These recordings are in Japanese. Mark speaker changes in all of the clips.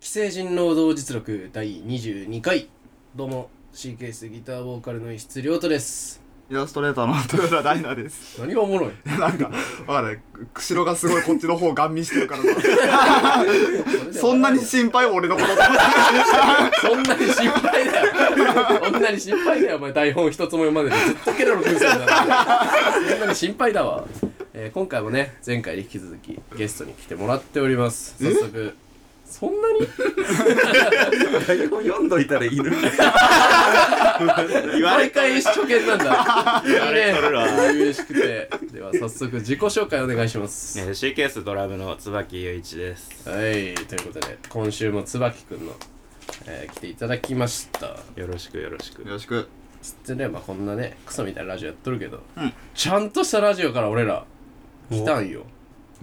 Speaker 1: 成人労働実力第22回どうも CK スギターボーカルの石津亮太です
Speaker 2: イラストレーターの豊田大奈 です。
Speaker 1: 何がおもろい
Speaker 2: なんか、わかんない。釧路がすごいこっちの方をガン見してるからさ そんなに心配俺のこと
Speaker 1: そんなに心配だよそんなに心配だよお前台本一つも読まないでずっとケロロ君さんだそんなに心配だわ、えー今回もね前回に引き続きゲストに来てもらっております早速そんなに
Speaker 3: 台本読んどいたらいいのに言われ
Speaker 1: 毎回初見なんだいいね
Speaker 3: それら
Speaker 1: 優しくてでは早速自己紹介お願いします
Speaker 3: ね、シーケースドラムの椿雄一です。
Speaker 1: はい、ということで、今週も椿くんの、えー来ていただきました。
Speaker 3: よろしくよろしく。
Speaker 2: よろしく。
Speaker 1: つってね、まあこんなね、クソみたいなラジオやっとるけど、
Speaker 2: うん
Speaker 1: ちゃんとしたラジオから俺ら、来たんよ。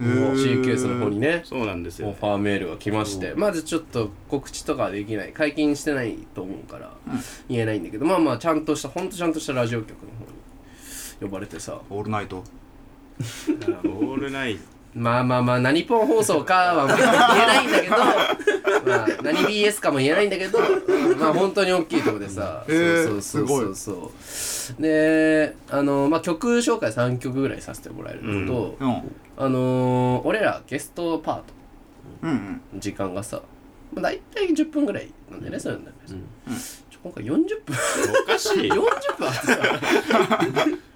Speaker 2: う
Speaker 1: CQS の方にね、
Speaker 3: そうなんですよ、
Speaker 1: オ
Speaker 3: ね
Speaker 1: フ。ァーメールが来まして、まずちょっと告知とかはできない、解禁してないと思うから、言えないんだけど、まあまあちゃんとした、ほんとちゃんとしたラジオ局の方に呼ばれてさ、
Speaker 2: オールナイト。
Speaker 3: オールナイ
Speaker 1: まあまあまあ、何ポン放送かはまあ言えないんだけど、まあ、何 BS かも言えないんだけど、まあ本当に大きいとこでさ、
Speaker 2: えー
Speaker 1: そうそうそうそうそう。で、あの、まあ曲紹介3曲ぐらいさせてもらえるのと、
Speaker 2: うん。
Speaker 1: あのー俺らゲストパート
Speaker 2: うんうん。
Speaker 1: の時間がさ、まあ、大体10分ぐらいなんだよね、そういうのだけど、
Speaker 3: うん
Speaker 1: ちょ今回40分。
Speaker 3: ト。おか しい
Speaker 1: 40
Speaker 3: よ。
Speaker 1: 分あってさ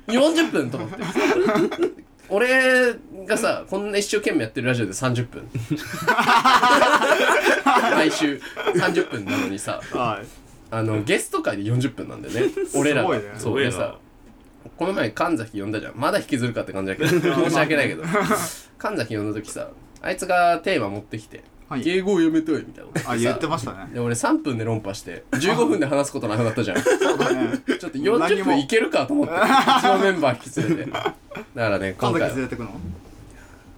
Speaker 1: 40分と思って俺がさこんな一生懸命やってるラジオで30分 毎週30分なのにさ
Speaker 2: はい。
Speaker 1: あのゲスト会で40分なんだよね俺らが
Speaker 2: すごいね
Speaker 1: そうでさこの前神崎呼んだじゃんまだ引きずるかって感じだけど 申し訳ないけど神崎呼んだ時さあいつがテーマ持ってきて「
Speaker 2: はい
Speaker 1: 敬語をやめとい」みたいなことさ
Speaker 2: あ、言ってましたね。
Speaker 1: で俺3分で論破して15分で話すことなくなったじゃん
Speaker 2: そうだ ね。
Speaker 1: ちょっと40分いけるかと思って、うちのメンバー引き連れて。だからね、今
Speaker 2: 神
Speaker 1: 回
Speaker 2: 崎連
Speaker 1: は
Speaker 2: れてくの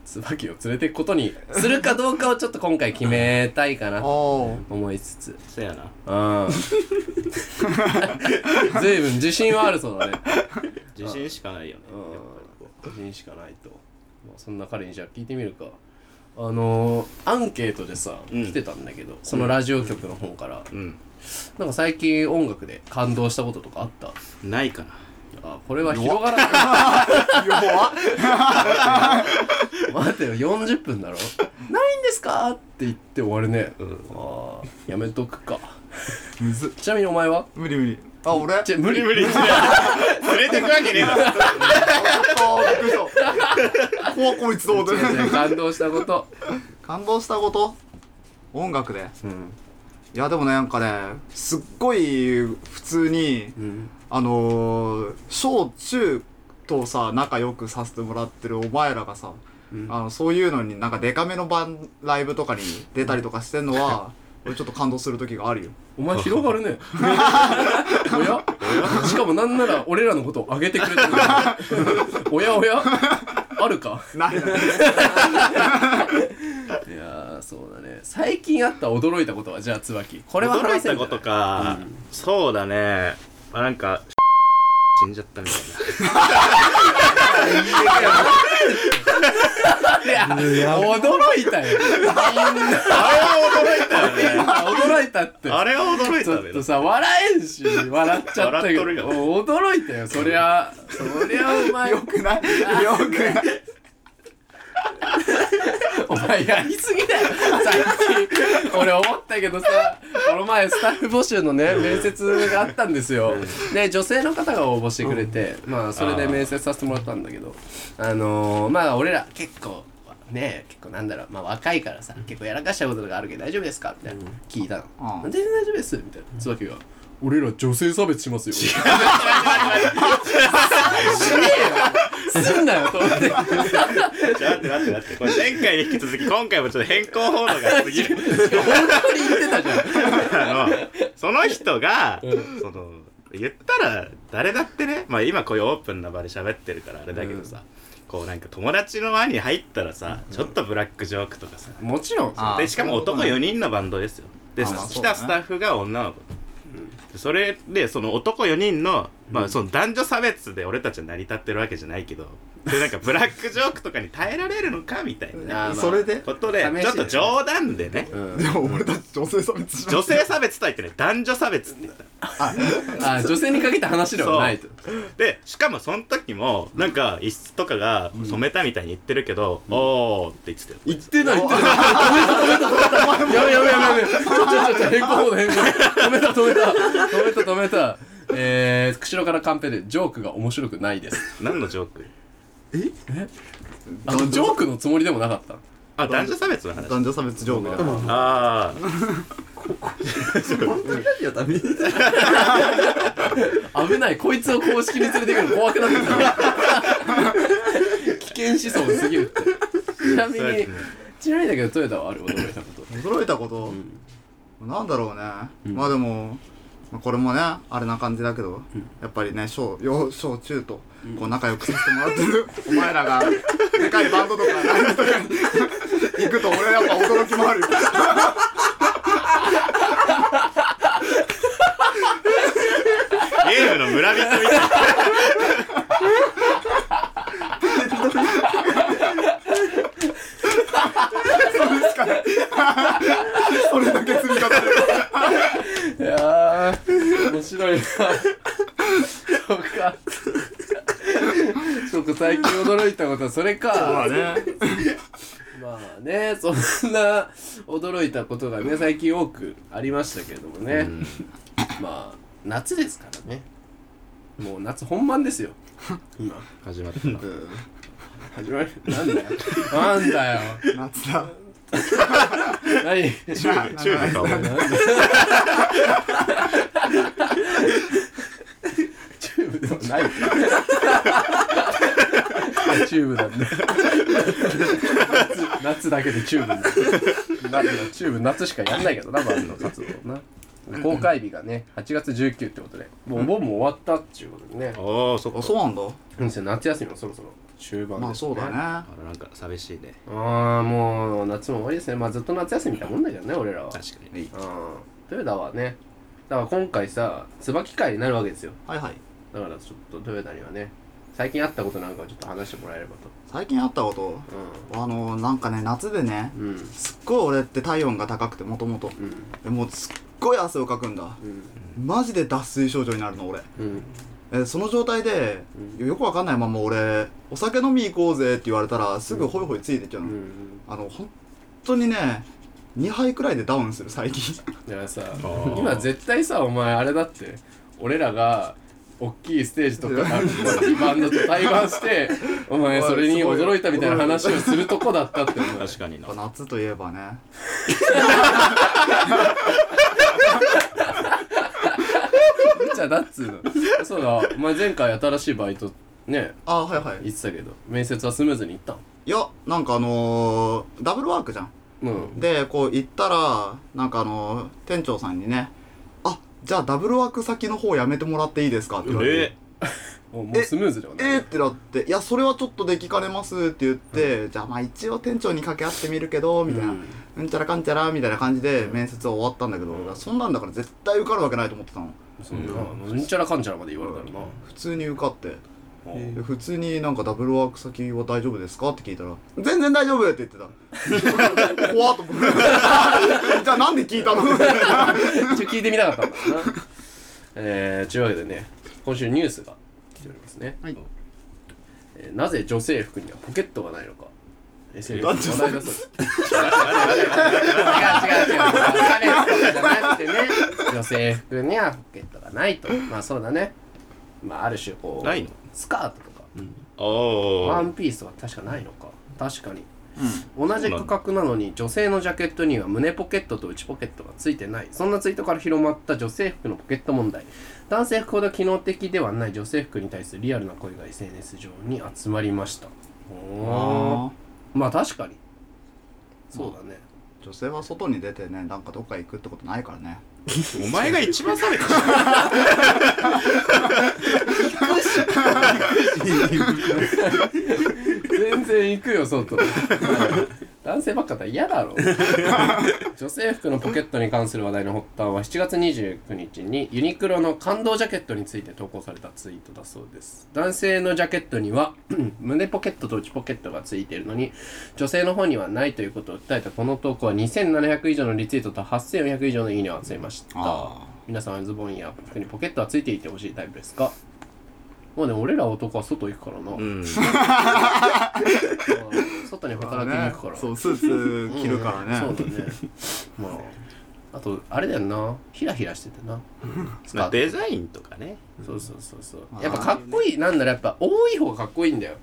Speaker 1: 椿を連れていくことにするかどうかをちょっと今回決めたいかなと
Speaker 2: おー。
Speaker 1: 思いつつ。
Speaker 3: そうやな。
Speaker 1: うん。随分自信はあるそうだね。
Speaker 3: 自信しかないよね。
Speaker 1: う
Speaker 3: や
Speaker 1: ん
Speaker 3: っぱりこ
Speaker 1: 自信しかないと。まあそんな彼にじゃあ聞いてみるか。あのー、アンケートでさ、
Speaker 3: うん
Speaker 1: 来てたんだけど、そのラジオ局の方から、
Speaker 3: ううん。
Speaker 1: なんか最近音楽で感動したこととかあった
Speaker 3: ないかな。
Speaker 1: あ、これは広がらない。
Speaker 2: 弱っ
Speaker 1: 待てよ40分だろないんですかって言って終わるね、
Speaker 3: ん
Speaker 1: ああやめとくか
Speaker 2: むずっ。
Speaker 1: ちなみにお前は
Speaker 2: 無理無理。あ、俺
Speaker 1: ちょ無理無理
Speaker 3: 理。連れてくわけねえだろ。
Speaker 2: あー、びっくりした。怖っこいつと思って。
Speaker 1: 感動したこと、
Speaker 2: 感動したこと音楽で。
Speaker 1: うん
Speaker 2: いや、でもね、なんかね、すっごい普通に、
Speaker 1: うん、
Speaker 2: あのー、小中とさ仲良くさせてもらってるお前らがさ、
Speaker 1: うん
Speaker 2: あのそういうのになんかデカめのバンライブとかに出たりとかしてんのは俺ちょっと感動する時があるよ
Speaker 1: お前広がる ねおやしかもなんなら俺らのことをあげてくれて るおやおやあるか
Speaker 2: な
Speaker 1: い
Speaker 2: い
Speaker 1: やーそうだね最近あった驚いたことはじゃあ椿こ
Speaker 3: こ
Speaker 1: れは
Speaker 3: 驚
Speaker 1: 話
Speaker 3: い
Speaker 1: せ
Speaker 3: た
Speaker 1: んじゃ
Speaker 3: こ
Speaker 1: ない
Speaker 3: とか。そうだね。まあなんか、死んじゃったみたい
Speaker 1: いや驚いたよ
Speaker 3: な。あれは驚いたよね。
Speaker 1: 驚いたって
Speaker 3: あれは驚い
Speaker 1: ちょ
Speaker 3: た
Speaker 1: っと
Speaker 3: ね。
Speaker 1: さ笑えんし笑っちゃったけ
Speaker 3: 笑
Speaker 1: ど
Speaker 3: っとるよ
Speaker 1: お驚いたよそりゃそりゃお前
Speaker 2: よくないよくない
Speaker 1: お前やりすぎだよ最近俺思ったけどさこの前スタッフ募集のね面接があったんですよで女性の方が応募してくれてまあそれで面接させてもらったんだけどあのー、まあ俺ら結構ね結構なんだろうまあ若いからさ結構やらかしたこととかあるけど大丈夫ですかみたいな聞いたの、
Speaker 2: うん
Speaker 1: 全然大丈夫ですみたいな椿が俺ら女性差別 しますよしねえよすんなよと思って
Speaker 3: ちょ待って待って待って。これ前回に引き続き、今回もちょっと変更報道が過ぎる。
Speaker 1: 本当に言ってたじゃん
Speaker 3: あのその人が、その言ったら誰だってね、まあ、今こういうオープンな場で喋ってるからあれだけどさ、こうなんか友達の輪に入ったらさ、ちょっとブラックジョークとかさ
Speaker 1: もちろん
Speaker 2: あ
Speaker 3: でしかも男
Speaker 2: そういうこと
Speaker 3: 4
Speaker 2: ね
Speaker 3: 人のバンドですよで
Speaker 2: あまあ
Speaker 3: 来
Speaker 2: そうだ
Speaker 3: た
Speaker 2: ね
Speaker 3: スタッフが女の子、それでその男4人の,、まあ、その男女差別で俺たちは成り立ってるわけじゃないけどでなんかブラックジョークとかに耐えられるのかみたいな
Speaker 1: あーまあ
Speaker 2: それで
Speaker 3: ことで
Speaker 1: 試し
Speaker 3: ちょっと冗談でね
Speaker 1: うん
Speaker 2: でも俺たち女性差別しま
Speaker 3: 女性差別とは言ってね男女差別って言った
Speaker 1: あ女性に限った話ではないと
Speaker 3: でしかもその時もなんか一室とかが染めたみたいに言ってるけど「おー」って言ってたよ
Speaker 1: 言ってない言ってない止めた止めたやめやめやめやめちょちょちょ変更モード変更モード止めた止めた止めた止めたえー、釧路からカンペでジョークが面白くないです
Speaker 3: 何のジョーク
Speaker 1: あのジョークのつもりでもなかった
Speaker 3: あ男女差別の話
Speaker 2: 男女差別ジョークだから
Speaker 3: あ
Speaker 4: 何のために
Speaker 1: 危ないこいつを公式に連れてくるの怖くなってきた危険思想すぎるってちなみ
Speaker 3: そう
Speaker 1: に
Speaker 3: ですね
Speaker 1: ちなみにだけどトヨタはある驚いたこと
Speaker 2: 驚いたこと、なんだろうね、まあでも、まあ、これもねあれな感じだけど、やっぱりね小幼小中とこう仲良くさせてもらってる、お前らがでかいバンドとかライブとかに行くと俺やっぱ驚きもあるよ
Speaker 3: あゲームの村人みたい な
Speaker 2: それだけ積み重ね
Speaker 1: いやー、面白いな。そうか。そうか、最近驚いたことはそれか。
Speaker 2: る
Speaker 1: まあね、そんな驚いたことがね、最近多くありましたけれどもね。まあ、夏ですからね。もう夏本番ですよ。今、
Speaker 3: 始まった
Speaker 1: 始まる。なんだよ。なんだよ。
Speaker 2: 夏だ
Speaker 1: 何
Speaker 3: チューブチューブかお前
Speaker 1: チューブでもないよあチューブなんだ夏夏だけでチューブになる夏チューブ夏しかやんないけどなバンドの活動な公開日がね8月19ってことでもうお盆も終わったっちゅうことでね
Speaker 3: おーそっか
Speaker 2: あそうなんだ
Speaker 1: うんですよ夏休みもそろそろ終盤
Speaker 2: まあ
Speaker 1: です、ね
Speaker 2: そうだね
Speaker 3: あらなんか寂しいね
Speaker 1: ああもう夏も終わりですねまあずっと夏休みみたいなもんだけどね俺らは
Speaker 3: 確かに
Speaker 1: うんトヨタはねだから今回さ椿会になるわけですよ
Speaker 2: はいはい
Speaker 1: だからちょっとトヨタにはね最近あったことなんかをちょっと話してもらえればと
Speaker 2: 最近あったことあのなんかね夏でね
Speaker 1: うんうん
Speaker 2: すっごい俺って体温が高くてもともと
Speaker 1: うん
Speaker 2: もうすっごい汗をかくんだ
Speaker 1: うん
Speaker 2: マジで脱水症状になるの俺
Speaker 1: うん
Speaker 2: えーその状態で、よくわかんないまま俺お酒飲み行こうぜって言われたらすぐホイホイついてっちゃう
Speaker 1: う
Speaker 2: の、
Speaker 1: ん
Speaker 2: あの本当にね2杯くらいでダウンする最近
Speaker 1: だからさ
Speaker 3: ー
Speaker 1: 今絶対さお前あれだって俺らが大きいステージとか大きいバンドと対バン してお前それに驚いたみたいな話をするとこだったってお前
Speaker 3: 確かにな
Speaker 2: 夏といえばね
Speaker 1: じゃあだっつうのそうだお前前回新しいバイトね
Speaker 2: あーはいはい
Speaker 1: 言ってたけど面接はスムーズにいったん
Speaker 2: いやなんかあのーダブルワークじゃん
Speaker 1: うん
Speaker 2: でこう行ったらなんかあのー店長さんにねあじゃあダブルワーク先の方やめてもらっていいですかって言われて、
Speaker 3: え
Speaker 1: もうもうスムーズではない
Speaker 2: えー、ってなって「いやそれはちょっとできかねます」って言って「じゃあまあ一応店長に掛け合ってみるけど」みたいな、
Speaker 1: うん
Speaker 2: うん、ちゃらかんちゃらみたいな感じで面接は終わったんだけど、そんなんだから絶対受かるわけないと思ってたの
Speaker 1: そんなうんちゃらかんちゃらまで言われたらな
Speaker 2: 普通に受かって、
Speaker 1: うん
Speaker 2: で普通になんかダブルワーク先は大丈夫ですかって聞いたら「全然大丈夫」って言って た怖っと思って じゃあなんで聞いたの
Speaker 1: 一応聞いてみたかったんだな。 えー、というわけでね、今週ニュースが来ておりますね。
Speaker 2: はい
Speaker 1: えーなぜ女性服にはポケットがないのか。
Speaker 2: 男女
Speaker 1: SNS 話
Speaker 2: 差
Speaker 1: 題だそうです。違う違う違う。違うじゃなくてね、女性服にはポケットがないと。まあそうだね。まあある種こう、
Speaker 3: ないの
Speaker 1: スカートとか、
Speaker 3: お
Speaker 1: ワ
Speaker 3: ー
Speaker 1: ンピースは確かないのか。確かに。同じ価格なのに女性のジャケットには胸ポケットと内ポケットが付いてないそんなツイートから広まった女性服のポケット問題男性服ほど機能的ではない女性服に対するリアルな声が SNS 上に集まりましたおー
Speaker 2: あ
Speaker 1: まあ確かにそうだね
Speaker 2: ー女性は外に出てねなんかどっか行くってことないからね
Speaker 3: お前が一番差別
Speaker 1: 全然行くよ外男性ばっかだったら嫌だろ女性服のポケットに関する話題の発端は7月29日にユニクロの感動ジャケットについて投稿されたツイートだそうです男性のジャケットには 胸ポケットと内ポケットがついているのに女性の方にはないということを訴えたこの投稿は2700以上のリツイートと8400以上のいいねを集めました
Speaker 2: あ
Speaker 1: 皆さんはズボンや服にポケットはついていてほしいタイプですかまあね俺ら男は外行くからな、ま
Speaker 3: うん
Speaker 1: あ外に
Speaker 2: あ
Speaker 1: 働きに行くから、
Speaker 2: そうスーツ着るからね、
Speaker 1: うんそうだねまああとあれだよなヒラヒラしててなス
Speaker 3: ま
Speaker 1: カ
Speaker 3: あ、
Speaker 1: ー
Speaker 3: デザインとかね
Speaker 1: トそうそうそうそう
Speaker 2: あー
Speaker 1: やっぱかっこいいなんだろうやっぱ多い方がかっこいいんだよ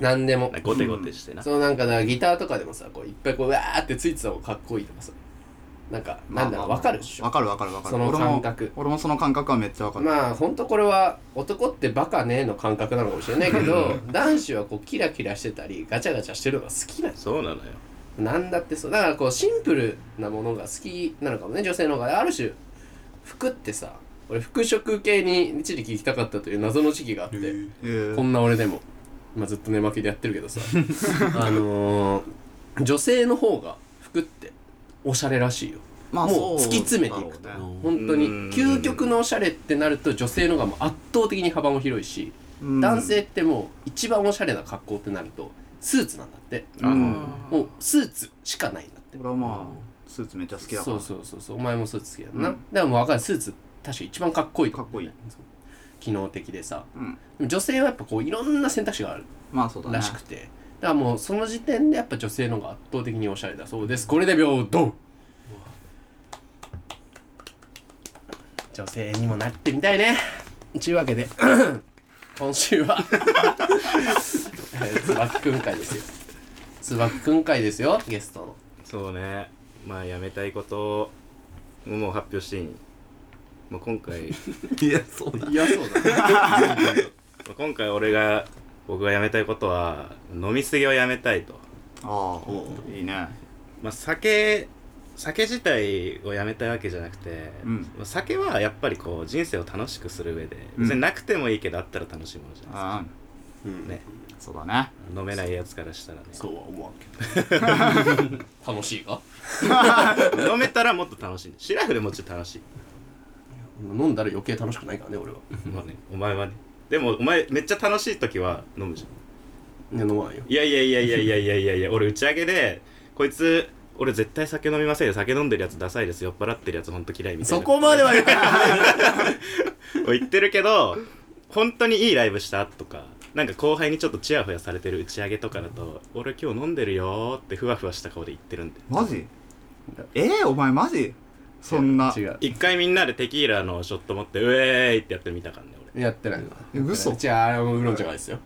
Speaker 1: なんでも
Speaker 3: なんかゴテゴテしてな、
Speaker 1: そうなんかだからギターとかでもさこういっぱいこうわーってついてた方がかっこいいとかさなんかなんだろうわかるでしょ
Speaker 2: わかるわかるわかる
Speaker 1: その
Speaker 2: 俺も
Speaker 1: 感覚
Speaker 2: 俺もその感覚はめっちゃわかる、
Speaker 1: まあほんとこれは男ってバカねえの感覚なのかもしれないけど 男子はこうキラキラしてたりガチャガチャしてるのが好きなん
Speaker 3: そうなのよ
Speaker 1: なんだってそうだからこうシンプルなものが好きなのかもね女性の方がある種服ってさ俺服飾系に一時期行きたかったという謎の時期があって、
Speaker 2: えー
Speaker 1: こんな俺でも、まあ、ずっと寝巻きでやってるけ どさあのー、女性の方が服っておしゃれらしいよ
Speaker 2: ま
Speaker 1: もう突き詰めていく
Speaker 2: そうだろうね
Speaker 1: 本当に
Speaker 3: うん
Speaker 1: 究極のおしゃれってなると女性の方がもう圧倒的に幅も広いし、
Speaker 2: うん
Speaker 1: 男性ってもう一番おしゃれな格好ってなるとスーツなんだって
Speaker 2: うん
Speaker 3: あ
Speaker 1: もうスーツしかないんだって
Speaker 2: 俺はまあスーツめっちゃ好きだか
Speaker 1: そ
Speaker 2: ら
Speaker 1: うそうそうそうお前もスーツ好きだな、
Speaker 2: うん
Speaker 1: でも分かるスーツ確か一番かっこいいと思うね
Speaker 2: かっ
Speaker 1: そう機能的でさ
Speaker 2: うん、
Speaker 1: でも女性はやっぱこういろんな選択肢がある
Speaker 2: まあそうだね
Speaker 1: らしくてだ,、からもうその時点でやっぱ女性の方が圧倒的におしゃれだそうですこれで秒ドン女性にもなってみたいねちゅうわけ で今週はえーつばきくん会ですよつばきくん会ですよゲストの
Speaker 3: そうねまあやめたいことをもう発表していいもう今回ま
Speaker 4: いやそうだ
Speaker 1: 嫌そうだね
Speaker 3: あ今回俺が僕がやめたいことは飲み過ぎをやめたいと
Speaker 2: あ
Speaker 1: う
Speaker 2: あいいね
Speaker 3: まあ酒酒自体をやめたいわけじゃなくて、
Speaker 2: うん
Speaker 3: まあ酒はやっぱりこう人生を楽しくする上で
Speaker 2: うん
Speaker 3: 別になくてもいいけどあったら楽しいものじゃない
Speaker 2: あ
Speaker 1: うん
Speaker 3: ね
Speaker 2: あそうだね
Speaker 3: ですか、飲めないやつからしたらね
Speaker 1: そうは思わんけど楽しいか
Speaker 3: 飲めたらもっと楽しいシラフでもちろん楽しい
Speaker 1: 飲んだら余計楽しくないからね俺は
Speaker 3: ま あね、お前はね。でも、お前、めっちゃ楽しい時は飲むじゃん。
Speaker 1: ね飲まないよ
Speaker 3: いやいやいやいやいやいやいやいや、俺、打ち上げで、こいつ、俺、絶対酒飲みませんよ。酒飲んでるやつダサいです。酔っ払ってるやつ、ほんと嫌いみたいな。
Speaker 1: そこまでは言わない
Speaker 3: を言ってるけど、本当にいいライブしたとか、なんか後輩にちょっとチヤホヤされてる打ち上げとかだと、俺、今日飲んでるよーって、ふわふわした顔で言ってるんで。
Speaker 2: マジええお前マジそんな
Speaker 1: 違う
Speaker 3: 一回みんなでテキーラのショット持って、ウェーイってやってみたからね、俺。
Speaker 1: やってない
Speaker 2: え嘘
Speaker 1: じゃああれはもうウーロン茶がです よ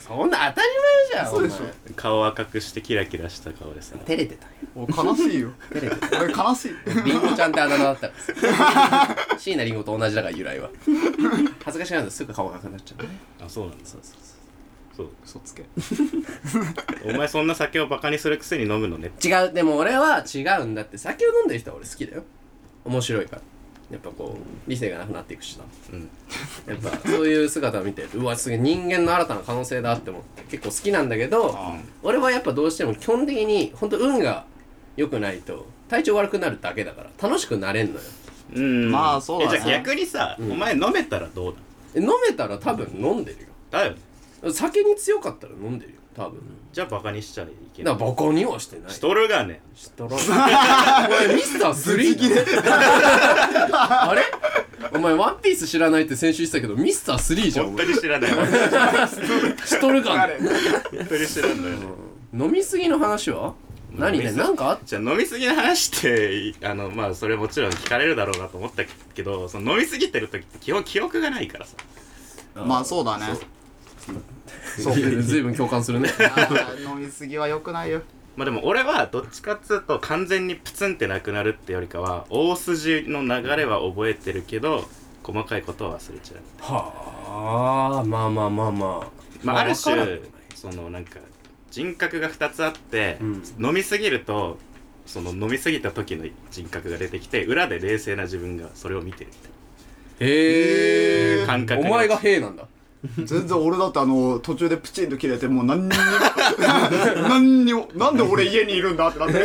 Speaker 1: そんな当たり前じゃん
Speaker 2: そうでしょ
Speaker 1: お前
Speaker 3: 顔赤くしてキラキラした顔でさ。
Speaker 1: 照れてたよ
Speaker 2: お悲しい よ
Speaker 1: 照れてた
Speaker 2: 俺悲しい
Speaker 1: リンゴちゃんってあだ名だったから 椎名林檎と同じだから由来は恥ずかしがるとすぐ顔が赤くなっちゃうね
Speaker 3: あ、そうなんです。
Speaker 1: そうそうそ
Speaker 3: そう。
Speaker 2: 嘘つけ
Speaker 3: お前そんな酒をバカにするくせに飲むのね
Speaker 1: う違うでも俺は違うんだって酒を飲んでる人は俺好きだよ面白いからやっぱこう理性がなくなっていくしな
Speaker 3: うん
Speaker 1: やっぱそういう姿を見てうわすげえ人間の新たな可能性だって思って結構好きなんだけど俺はやっぱどうしても基本的に本当運が良くないと体調悪くなるだけだから楽しくなれんのよ
Speaker 3: うん
Speaker 2: まあそうだね
Speaker 3: えじゃあ逆にさ、
Speaker 1: うん
Speaker 3: お前飲めたらどう
Speaker 1: え飲めたら多分飲んでるよ
Speaker 3: だだよね
Speaker 1: 酒に強かったら飲んでるよ多分
Speaker 3: じゃあバカにしちゃいけな
Speaker 1: だ
Speaker 3: い
Speaker 1: からバカにはしてない
Speaker 3: しとるがね
Speaker 1: しとろお前ミスター3あれお前ワンピース知らないって先週言ってたけどミスター3じゃんお
Speaker 3: 本当
Speaker 1: 前
Speaker 3: に知らないわ
Speaker 1: しとるかね
Speaker 3: 本当に知らないよね
Speaker 1: 飲みすぎの話は何
Speaker 3: 飲み
Speaker 1: ね
Speaker 3: すぎ
Speaker 1: なんかあっ
Speaker 3: じゃあ飲みすぎの話っていあのまあそれもちろん聞かれるだろうなと思ったけどその飲みすぎてる時って基本記憶がないからさ
Speaker 2: まあそうだね
Speaker 1: そう随分共感するね
Speaker 2: あー飲みすぎは良くないよ
Speaker 3: まあでも俺はどっちかっつうと完全にプツンってなくなるってよりかは大筋の流れは覚えてるけど細かいことは忘れちゃう
Speaker 1: はあまあまあまあまあ
Speaker 3: まあ、ある
Speaker 1: わからん
Speaker 3: 種そのなんか人格が2つあって、
Speaker 1: うん
Speaker 3: 飲みすぎるとその飲みすぎた時の人格が出てきて裏で冷静な自分がそれを見てるみたい
Speaker 1: へえ
Speaker 3: 感覚
Speaker 1: お前が「へえ」なんだ
Speaker 2: 全然俺だってあの途中でプチンと切れてもう何にも 何にもなんで俺家にいるんだってなって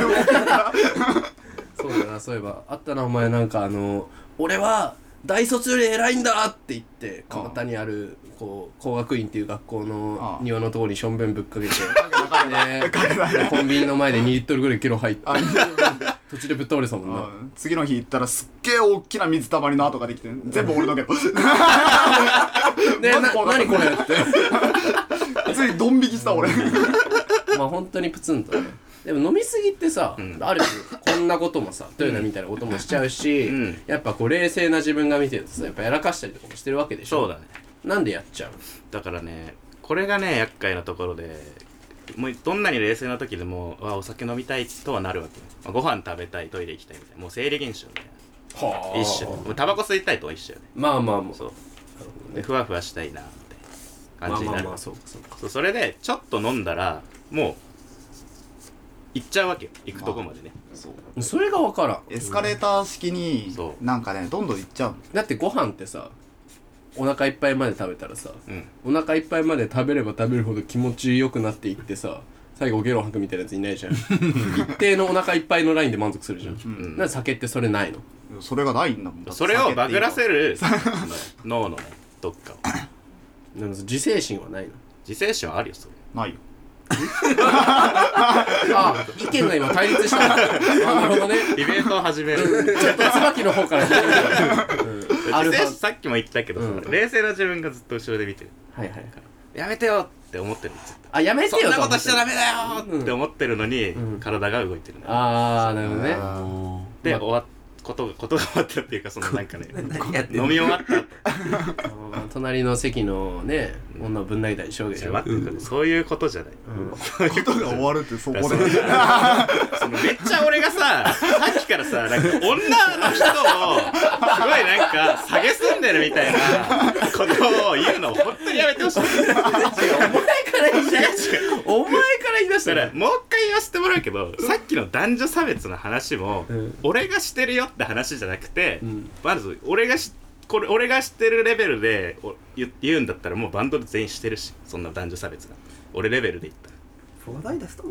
Speaker 1: そうだなそういえばあったなお前なんかあの俺は大卒より偉いんだって言って
Speaker 2: ああ
Speaker 1: 蒲田にあるこう工学院っていう学校
Speaker 2: あ
Speaker 1: の
Speaker 2: あ
Speaker 1: 庭のところにしょんべんぶっかけて
Speaker 2: か
Speaker 1: ねコンビニの前で2リットルぐらいキロ入って
Speaker 2: あ
Speaker 1: 途中でぶっ倒れてたもんな
Speaker 2: うん次の日行ったらすっげえ大きな水たまりの跡ができて全部俺だけど
Speaker 1: ねな
Speaker 2: まだ怖かった
Speaker 1: 何これって
Speaker 2: ついドン引きした俺
Speaker 1: まあ本当にプツンとねでも飲みすぎってさ、
Speaker 3: ん
Speaker 1: あるこんなこともさ豊田みたいなこともしちゃうし、
Speaker 3: うん
Speaker 1: やっぱこう冷静な自分が見てるとさやっぱやらかしたりとかもしてるわけでしょ
Speaker 3: そうだね
Speaker 1: なんでやっちゃう
Speaker 3: だからねこれがね厄介なところでもうどんなに冷静な時でもうわお酒飲みたいとはなるわけ、まあご飯食べたいトイレ行きたいみたいなもう生理現象みたい
Speaker 1: は
Speaker 3: な一緒もうタバコ吸いたいとは一緒よね
Speaker 1: まあまあまあ
Speaker 3: そう
Speaker 1: なるほど
Speaker 3: で
Speaker 1: ね
Speaker 3: ふわふわしたいなみたいな感じになる、
Speaker 1: まあまあまあそうかそうか
Speaker 3: そうそれでちょっと飲んだらもう行っちゃうわけよ行くとこまでね、
Speaker 1: それが分からん
Speaker 2: エスカレーター式に
Speaker 3: そう
Speaker 2: なんかねどんどん行っちゃうの
Speaker 1: だってご飯ってさお腹いっぱいまで食べたらさ
Speaker 3: うん
Speaker 1: お腹いっぱいまで食べれば食べるほど気持ちよくなっていってさ最後ゲロ吐くみたいなやついない じゃん一定のお腹いっぱいのラインで満足するじゃん、
Speaker 3: ん
Speaker 1: なんで酒ってそれないの
Speaker 2: それがないんだもん
Speaker 3: それをバグらせ
Speaker 2: る
Speaker 3: るその脳のねどっかを
Speaker 1: でも自制心はないの
Speaker 3: 自制心はあるよそれ
Speaker 2: ないよ
Speaker 1: あ意見が今対立したなるほどね
Speaker 3: イベントを始める
Speaker 1: ちょっと椿の方から聞いてみた、うん、
Speaker 2: アルファ
Speaker 3: 自制さっきも言ったけどさ、
Speaker 1: うん
Speaker 3: 冷静な自分がずっと後ろで見てる
Speaker 1: はいはい
Speaker 3: やめてよって思ってるのずっと
Speaker 1: あやめてよ
Speaker 3: そんなことしちゃダ
Speaker 1: メ
Speaker 3: メだよって思ってるのに、
Speaker 1: うん
Speaker 3: 体が動いてるね
Speaker 1: ああなるほどね
Speaker 2: あ
Speaker 3: で終わっことが ことが終わったっていうかそのなんかね
Speaker 4: やってんの
Speaker 3: 飲み終わった後
Speaker 1: あー隣の席のね女をぶん投げたりしょうげ
Speaker 3: い
Speaker 1: し
Speaker 3: や
Speaker 1: ょ
Speaker 3: 待ってくれそういうことじゃない、
Speaker 2: ことが終わるってそこで
Speaker 3: そうそのめっちゃ俺がささっきからさなんか女の人をすごいなんか下げすんでるみたいなことを言うのを本当にやめてほしい
Speaker 1: お前から言い出し
Speaker 3: そ
Speaker 1: た
Speaker 3: れ
Speaker 1: ら
Speaker 3: もう一回言わせてもらうけどさっきの男女差別の話も、
Speaker 1: うん
Speaker 3: 俺がしてるよって話じゃなくて、
Speaker 1: うん
Speaker 3: まず俺がしこれ俺がしてるレベルでお言言うんだったらもうバンドで全員してるしそんな男女差別が俺レベルで言ったら
Speaker 4: 話題出したの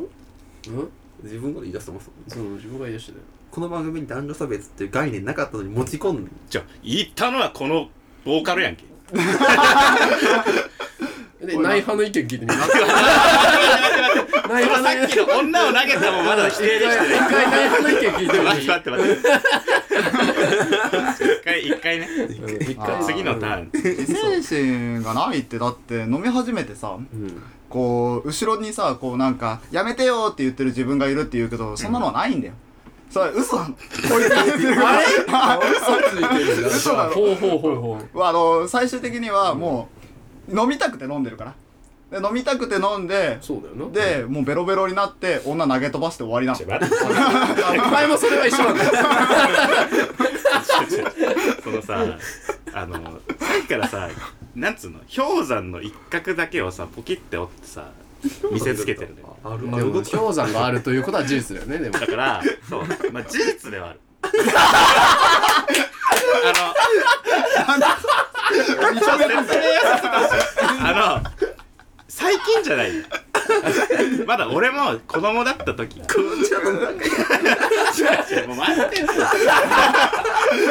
Speaker 1: うん
Speaker 4: 自分から言い出したもんそ
Speaker 1: そう自分が言い出したよ
Speaker 4: この番組に男女差別っていう概念なかったのに持ち込んで
Speaker 3: じゃあ言ったのはこのボーカ ルやんけ
Speaker 1: で内派の意見聞いてみます内
Speaker 3: その
Speaker 1: 派の意見
Speaker 3: さっきの女を投げたもまだ否定できてない
Speaker 1: 一回内派の意見聞いてみま
Speaker 3: 待って待って待 って一回一回ね
Speaker 1: す一
Speaker 2: あー
Speaker 1: 回
Speaker 3: 次のター ン
Speaker 2: 自制心がないってだって飲み始めてさ
Speaker 1: うん
Speaker 2: こう後ろにさこうなんか「やめてよ」って言ってる自分がいるって言うけどそんなのはないんだよ、それ嘘なのこいつ
Speaker 1: あれ嘘ついてるんだ
Speaker 2: 嘘だろ
Speaker 1: ほうほうほうほう
Speaker 2: あの最終的にはもう飲みたくて飲んでるからで飲みたくて飲んで
Speaker 1: そうだよな
Speaker 2: でもうベロベロになって女投げ飛ばして終わりなの
Speaker 3: ちょ待って
Speaker 1: お前もそれは一緒なんだよ
Speaker 3: そのさあのさっきからさなんつうの氷山の一角だけをさポキって折ってさ見せつけてるのよ
Speaker 4: ある
Speaker 1: でも 氷山があるということは事実だよねでも
Speaker 3: だからそうまあ事実ではあるあのちょっと説明をさせてほしいあの最近じゃないよまだ俺も子供だった時違う違うもう待ってよ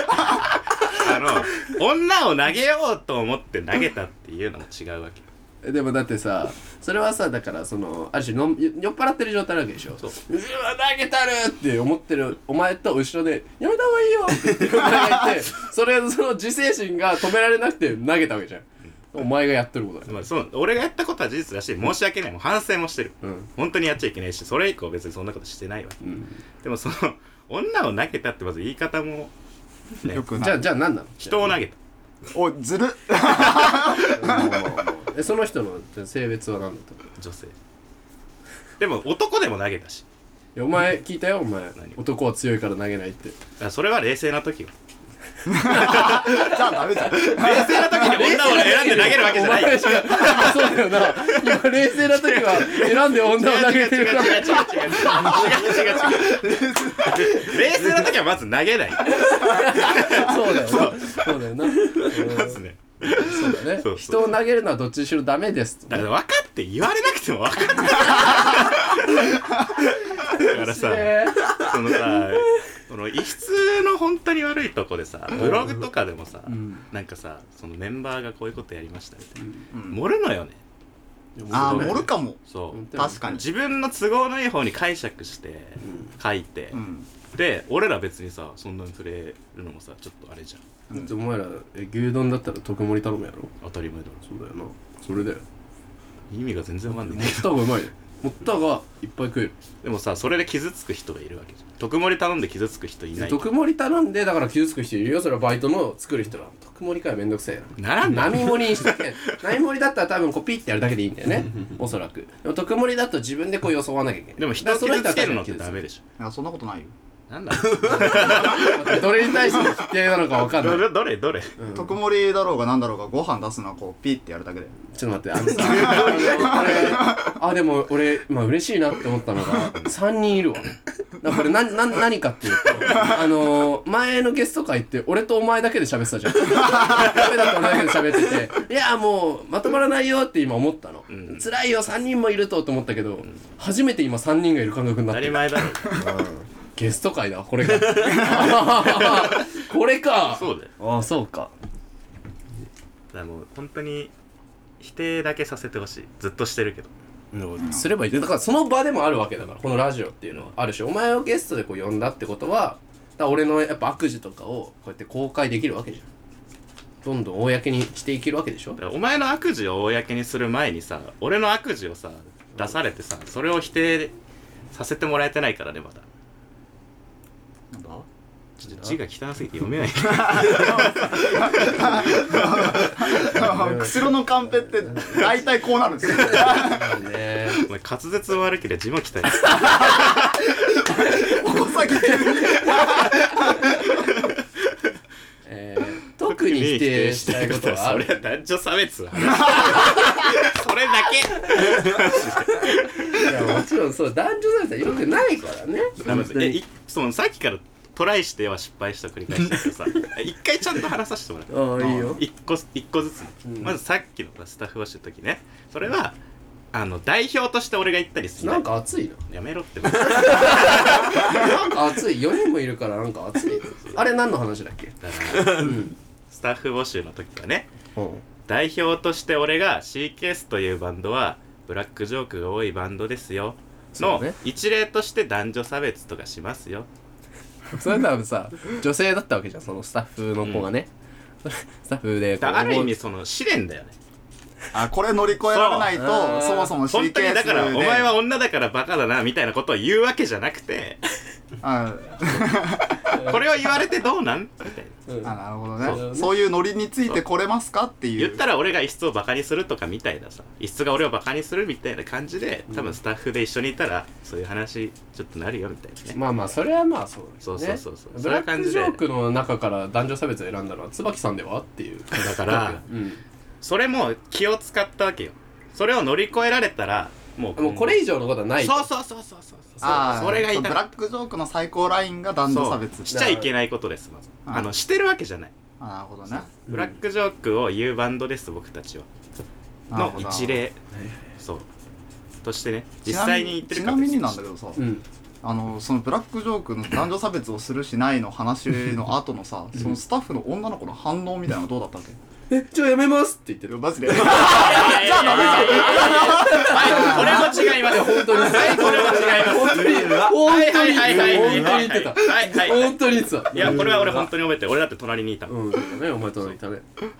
Speaker 3: あの女を投げようと思って投げたっていうのも違うわけよ
Speaker 1: でもだってさそれはさだからそのある種のん酔っ払ってる状態なわけでしょ
Speaker 3: そう
Speaker 1: うわ投げたるって思ってるお前と後ろで「やめた方がいいよ」って言ってるお前がい てそれその自制心が止められなくて投げたわけじゃんお前がやってることだ
Speaker 3: つ
Speaker 1: よ
Speaker 3: まりそう俺がやったことは事実だし申し訳ないもう反省もしてる、
Speaker 1: うん
Speaker 3: 本当にやっちゃいけないしそれ以降別にそんなことしてないわけ、でもその女を投げたってまず言い方もね
Speaker 2: よく
Speaker 1: じゃ
Speaker 2: な
Speaker 1: あ
Speaker 2: い
Speaker 1: じゃあ何なの
Speaker 3: 人を投げた
Speaker 2: おいずる
Speaker 1: えその人の性別は何だったのい
Speaker 3: 女性でも男でも投げたし
Speaker 1: やお前聞いたよお前
Speaker 3: 何
Speaker 1: 男は強いから投げないって
Speaker 3: だからそれは冷静な時よ
Speaker 2: じゃあダメじゃん
Speaker 3: 冷静な時に女を選んで投げるわけじゃない
Speaker 1: お前
Speaker 3: よ
Speaker 1: がそうだよな今冷静な時は選んで
Speaker 3: 違う違う違う違う違う違う違う違う違う
Speaker 1: 女を投げてるから
Speaker 3: 冷静な時はまず投げない
Speaker 1: そうだよなそうだよな
Speaker 3: まずね
Speaker 1: そうだね
Speaker 3: そうそう
Speaker 1: 人を投げるのはどっちにしろダメです
Speaker 3: だから分かって言われなくても分かってるだからさ
Speaker 1: ね
Speaker 3: そのさその異質の本当に悪いとこでさブログとかでもさ、
Speaker 1: うん
Speaker 3: なんかさそのメンバーがこういうことやりましたみたいな、
Speaker 2: うん
Speaker 3: 盛るのよね
Speaker 2: ああ
Speaker 3: ー
Speaker 2: 盛るかも
Speaker 3: そう、
Speaker 2: 確かに
Speaker 3: 自分の都合のいい方に解釈して書いて、
Speaker 2: うん
Speaker 3: で俺ら別にさそんなに触れるのもさちょっとあれじゃん
Speaker 1: だってお前らえ牛丼だったら特盛り頼むやろ
Speaker 3: 当たり前だろ
Speaker 1: そうだよなそれだよ
Speaker 3: 意味が全然わかんない
Speaker 1: 持った方がうまいよ持った方がいっぱい食える
Speaker 3: でもさそれで傷つく人がいるわけじゃん特盛り頼んで傷つく人いない
Speaker 1: 特盛り頼んでだから傷つく人いるよそれはバイトの作る人は特盛りかよめんどくせえ
Speaker 3: な
Speaker 1: な
Speaker 3: らんだ
Speaker 1: 並盛りに してけ並盛りだったら多分こうピッてやるだけでいいんだよねおそらくでも特盛りだと自分でこう予想わなきゃいけない
Speaker 3: でも人を
Speaker 1: だから
Speaker 3: 傷
Speaker 1: そ
Speaker 3: つけるの
Speaker 1: は
Speaker 3: ってダメでし
Speaker 2: いやそんなことないよ
Speaker 3: ょなんだろう
Speaker 1: ょどれに対しての否定なのかわかんない、
Speaker 3: ど
Speaker 1: うん
Speaker 3: れどれどれ
Speaker 2: 特盛りだろうがなんだろうがご飯出すのはこうピッてやるだけで
Speaker 1: ちょっと待って、あのさ、 あの俺あ、でも俺、まあ嬉しいなって思ったのが、3人いるわ。だからこれな、な、何かっていうと、あのー、前のゲスト会って、俺とお前だけで喋ってたじゃん。俺だとお前だけで喋ってて、いや、もう、まとまらないよって今思ったの。
Speaker 3: ん
Speaker 1: 辛いよ、3人もいるとと思ったけど、初めて今3人がいる感覚にな
Speaker 3: 当
Speaker 1: ったて
Speaker 3: り
Speaker 1: る。
Speaker 3: 前だろ
Speaker 1: ゲスト会だわ、これが。 これか。
Speaker 3: そうだよ
Speaker 1: ああ、そうか。
Speaker 3: だからもう本当に否定だけさせてほしいずっとしてるけど
Speaker 1: すればいいだからその場でもあるわけだからこのラジオっていうのはあるしお前をゲストでこう呼んだってことはだから俺のやっぱ悪事とかをこうやって公開できるわけじゃんどんどん公にしていけるわけ でしょ
Speaker 3: だからお前の悪事を公にする前にさ俺の悪事をさ出されてさそれを否定させてもらえてないからねまだ
Speaker 2: なんだ
Speaker 3: ちょっと字が汚すぎて読 めない
Speaker 2: 釧路のカンペって大体こうなるんですよ
Speaker 1: ね
Speaker 3: お前滑舌も悪ければ字も汚い
Speaker 2: お先に
Speaker 1: えー特に否定したいことはあ
Speaker 3: それは
Speaker 1: る
Speaker 3: 男女差 別の話それだけ
Speaker 1: いやもちろんそう男女差別はよくないからね
Speaker 3: えいそのさっきからトライしては失敗した繰り返しだけどさ一回ちゃんと話させてもらって
Speaker 1: ああいいよ
Speaker 3: 一個一個ずつね、
Speaker 1: うん
Speaker 3: まずさっきのスタッフ募集の時ねそれはあの代表として俺が行ったりする
Speaker 1: なんか熱いな
Speaker 3: やめろって
Speaker 1: なんか熱い4人もいるからなんか熱いあれ何の話だっけ
Speaker 3: だから
Speaker 1: うん
Speaker 3: スタッフ募集の時はね
Speaker 1: うん
Speaker 3: 代表として俺が CKS というバンドはブラックジョークが多いバンドですよ
Speaker 1: そう
Speaker 3: の
Speaker 1: ね
Speaker 3: 一例として男女差別とかしますよ
Speaker 1: それ多分さ女性だったわけじゃんそのスタッフの子がね、それスタッフでこう
Speaker 3: だからある意味その試練だよね
Speaker 2: あこれ乗り越えられない
Speaker 1: そう
Speaker 2: とそもそも CKS
Speaker 3: 本当にだからお
Speaker 2: で
Speaker 3: 前は女だからバカだなみたいなことを言うわけじゃなくて
Speaker 2: あ
Speaker 3: これを言われてどうなんみたいな
Speaker 1: うん
Speaker 2: あなるほど
Speaker 1: そう
Speaker 2: ねそういうノリについてこれますかっていう
Speaker 3: 言ったら俺が一室をバカにするとかみたいなさ一室が俺をバカにするみたいな感じで多分スタッフで一緒にいたらそういう話ちょっとなるよみたいなね
Speaker 1: まあまあそれはまあそうだ
Speaker 3: そうそうそうそう
Speaker 1: ブラックジ
Speaker 3: そう
Speaker 1: ョ
Speaker 3: いう感
Speaker 1: ーク
Speaker 3: じで
Speaker 1: の中から男女差別を選んだのは椿さんではっていう
Speaker 3: だから
Speaker 1: うん
Speaker 3: それも気を使ったわけよそれを乗り越えられたらもう
Speaker 1: もうこれ以上のことはない
Speaker 3: そうそうそうそうそう
Speaker 2: あ
Speaker 3: そう
Speaker 2: ー
Speaker 3: それが
Speaker 2: そう
Speaker 3: 痛
Speaker 2: ブ
Speaker 3: い
Speaker 2: ラックジョークの最高ラインが男女差別
Speaker 3: そうしちゃいけないことですまずあのしてるわけじゃない
Speaker 2: あなるほどね
Speaker 1: ん
Speaker 3: ブラックジョークを言うバンドです僕たちは
Speaker 2: なる
Speaker 3: の
Speaker 2: ほど
Speaker 3: 一例そうとしてね実
Speaker 2: ちなみ
Speaker 3: 際に言ってる
Speaker 2: ち
Speaker 3: か
Speaker 2: な
Speaker 3: ら
Speaker 2: みになんだけどさ、
Speaker 1: うん
Speaker 2: あのそのブラックジョークの男女差別をするしないの話の後のさそのスタッフの女の子の反応みたいなのどうだったわけ
Speaker 1: えじゃあやめますって言ってる
Speaker 2: マジで
Speaker 3: じゃあダメじゃんはいこれも違います
Speaker 1: 本当に
Speaker 3: はいこれも違います
Speaker 1: 本当に
Speaker 3: は
Speaker 1: 本
Speaker 3: い
Speaker 1: 当
Speaker 3: はい
Speaker 1: に
Speaker 3: はいはい
Speaker 1: 本当に言ってた
Speaker 3: はいはいはい
Speaker 1: 本当に言ってた
Speaker 3: いやこれは俺本当に覚えてる俺だって隣にいたもん
Speaker 1: うんそうだねお前といたね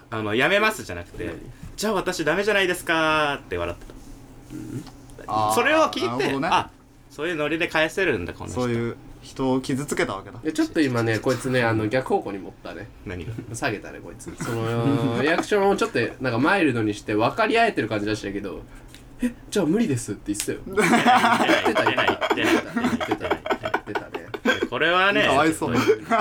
Speaker 3: あのやめますじゃなくてじゃあ私ダメじゃないですかーって笑って
Speaker 2: あー
Speaker 3: たそれを聞い
Speaker 2: なるほ
Speaker 3: て
Speaker 2: どね
Speaker 3: あそういうノリで返せるんだこの
Speaker 2: そう
Speaker 3: 人
Speaker 2: いう人を傷つけたわけだ
Speaker 1: えちょっと今ねこいつねあの逆方向に持ったね
Speaker 3: 何が
Speaker 1: 下げたねこいつそのリアクションをちょっとなんかマイルドにして分かり合えてる感じ出したけど「えじゃあ無理です」って言ってたよ
Speaker 3: 言
Speaker 1: 言ってた
Speaker 3: 言
Speaker 1: 言
Speaker 3: ってない言ってない
Speaker 1: 言ってた言ってた ね
Speaker 3: 言ってないこれはね
Speaker 2: かわいそう
Speaker 3: ちょっと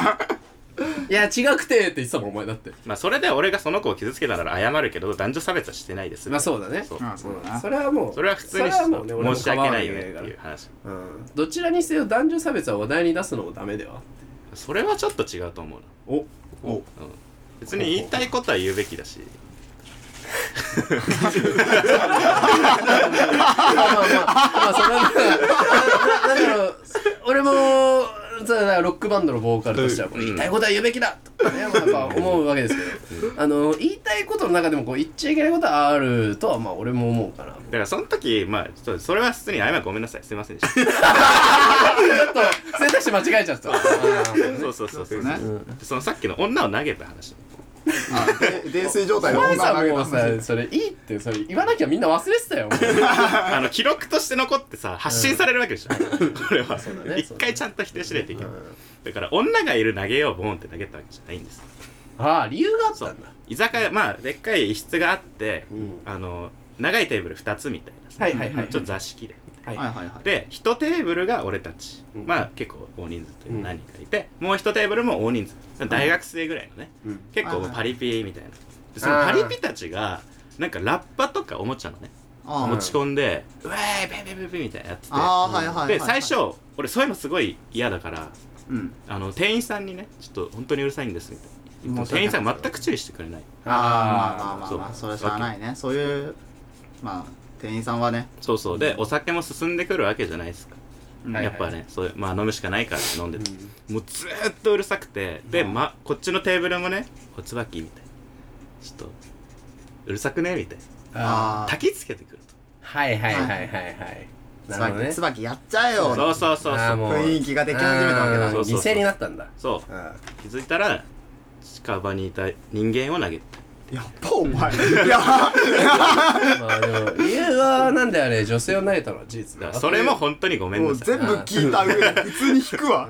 Speaker 1: いや違くてって言ってたもんお前だって
Speaker 3: まあそれで俺がその子を傷つけたなら謝るけど男女差別はしてないです
Speaker 1: まあそうだね
Speaker 3: そう
Speaker 2: うんそうだな
Speaker 1: それはもう
Speaker 3: それは普通に
Speaker 1: それはもうね俺も
Speaker 3: 申し訳ないよねっ
Speaker 1: 構わ
Speaker 3: て
Speaker 1: ない
Speaker 3: いう
Speaker 1: か
Speaker 3: 話
Speaker 1: らうんどちらにせよ男女差別は話題に出すのもダメでは
Speaker 3: それはちょっと違うと思うな
Speaker 1: お
Speaker 2: お
Speaker 3: 別に言いたいことは言うべきだし
Speaker 1: まあまあまあ、まあ、それはな、ななんだろう、俺も、そうだなロックバンドのボーカルとしては、こう言いたいことは言うべきだとかね、まあやっぱ思うわけですけど、あの、言いたいことの中でも、こう、言っちゃいけないことはあるとは、まあ、俺も思うかな。
Speaker 3: だからその時まあちょっとそれは普通に謝るごめんなさいすいませんでした
Speaker 1: ちょっと、選択肢間違えちゃった。
Speaker 3: そうそうそうそう
Speaker 2: そうね
Speaker 3: そのさっきの女を投げた話
Speaker 2: あで泥酔状
Speaker 1: お
Speaker 2: 態で
Speaker 1: 前
Speaker 2: 女
Speaker 1: さ、
Speaker 2: を投げ
Speaker 1: も
Speaker 2: た
Speaker 1: う
Speaker 2: 話
Speaker 1: さ、それ、いいって、それ、言わなきゃみんな忘れてた よ。もう
Speaker 3: あの記録として残ってさ発信されるわけでしょ、これは
Speaker 1: うだね
Speaker 3: 一回ちゃんと否定しないといけない、だから女がいる投げようボーンって投げたわけじゃないんです
Speaker 1: ああ、理由があっ
Speaker 3: そ
Speaker 1: た
Speaker 3: うん
Speaker 1: だ。
Speaker 3: 居酒屋まあでっかい一室があって、
Speaker 1: うん
Speaker 3: あの長いテーブル2つみたいなさ
Speaker 1: はいはいはい
Speaker 3: ちょっと座敷で
Speaker 1: はい
Speaker 2: はいはいはい
Speaker 3: で1テーブルが俺たち、
Speaker 1: うん
Speaker 3: まあ結構大人数というか何人かいて、もう1テーブルも大人数大学生ぐらいのね、
Speaker 1: うん
Speaker 3: 結構
Speaker 2: はいはい
Speaker 3: パリピみたいなでそのパリピたちがなんかラッパとかおもちゃのね
Speaker 2: あー
Speaker 3: 持ち込んで「うわーベベベベ」みたいなやってて
Speaker 2: あーはいはいはいはい
Speaker 3: で最初俺そういうのすごい嫌だから
Speaker 2: うん
Speaker 3: あの店員さんにねちょっと本当にうるさいんですみたいな言って
Speaker 2: 申
Speaker 3: 店
Speaker 2: し訳
Speaker 3: 員さ
Speaker 2: ない
Speaker 3: ん全く注意してくれない
Speaker 2: あーまあ
Speaker 1: あ
Speaker 2: まあまあまあ
Speaker 3: そ
Speaker 2: そうれしゃあないねそういうまあ店員さんはね
Speaker 3: そうそうでお酒も進んでくるわけじゃないですか、
Speaker 2: うん
Speaker 1: はい
Speaker 3: やっぱねそういうまあ飲むしかないからって飲んでて、もうずーっとうるさくてで、ま、こっちのテーブルもねおつばきみたいなちょっとうるさくねみたい
Speaker 1: あ。ああ。
Speaker 3: な
Speaker 2: あ
Speaker 3: 焚きつけてくると
Speaker 1: はいはいはいはいはい。
Speaker 2: あ
Speaker 1: なるほどね
Speaker 2: 椿。椿やっちゃえよ
Speaker 3: そうそうそう
Speaker 1: あ
Speaker 3: そ
Speaker 1: ー
Speaker 3: う
Speaker 1: もう
Speaker 2: 雰囲気ができ始めたわけだ
Speaker 1: あー
Speaker 3: そうそうそう
Speaker 1: 犠牲になったんだ
Speaker 3: そう
Speaker 1: う
Speaker 3: 気づいたら近場にいた人間を投げて
Speaker 2: やっぱお前いや
Speaker 1: んまあでも理由はなんであれ女性を投げたのは事実
Speaker 3: だか
Speaker 1: だ
Speaker 3: らそれも本当にごめん
Speaker 2: も
Speaker 3: な
Speaker 2: う
Speaker 3: さい
Speaker 2: 全部聞いた上で普通に引くわ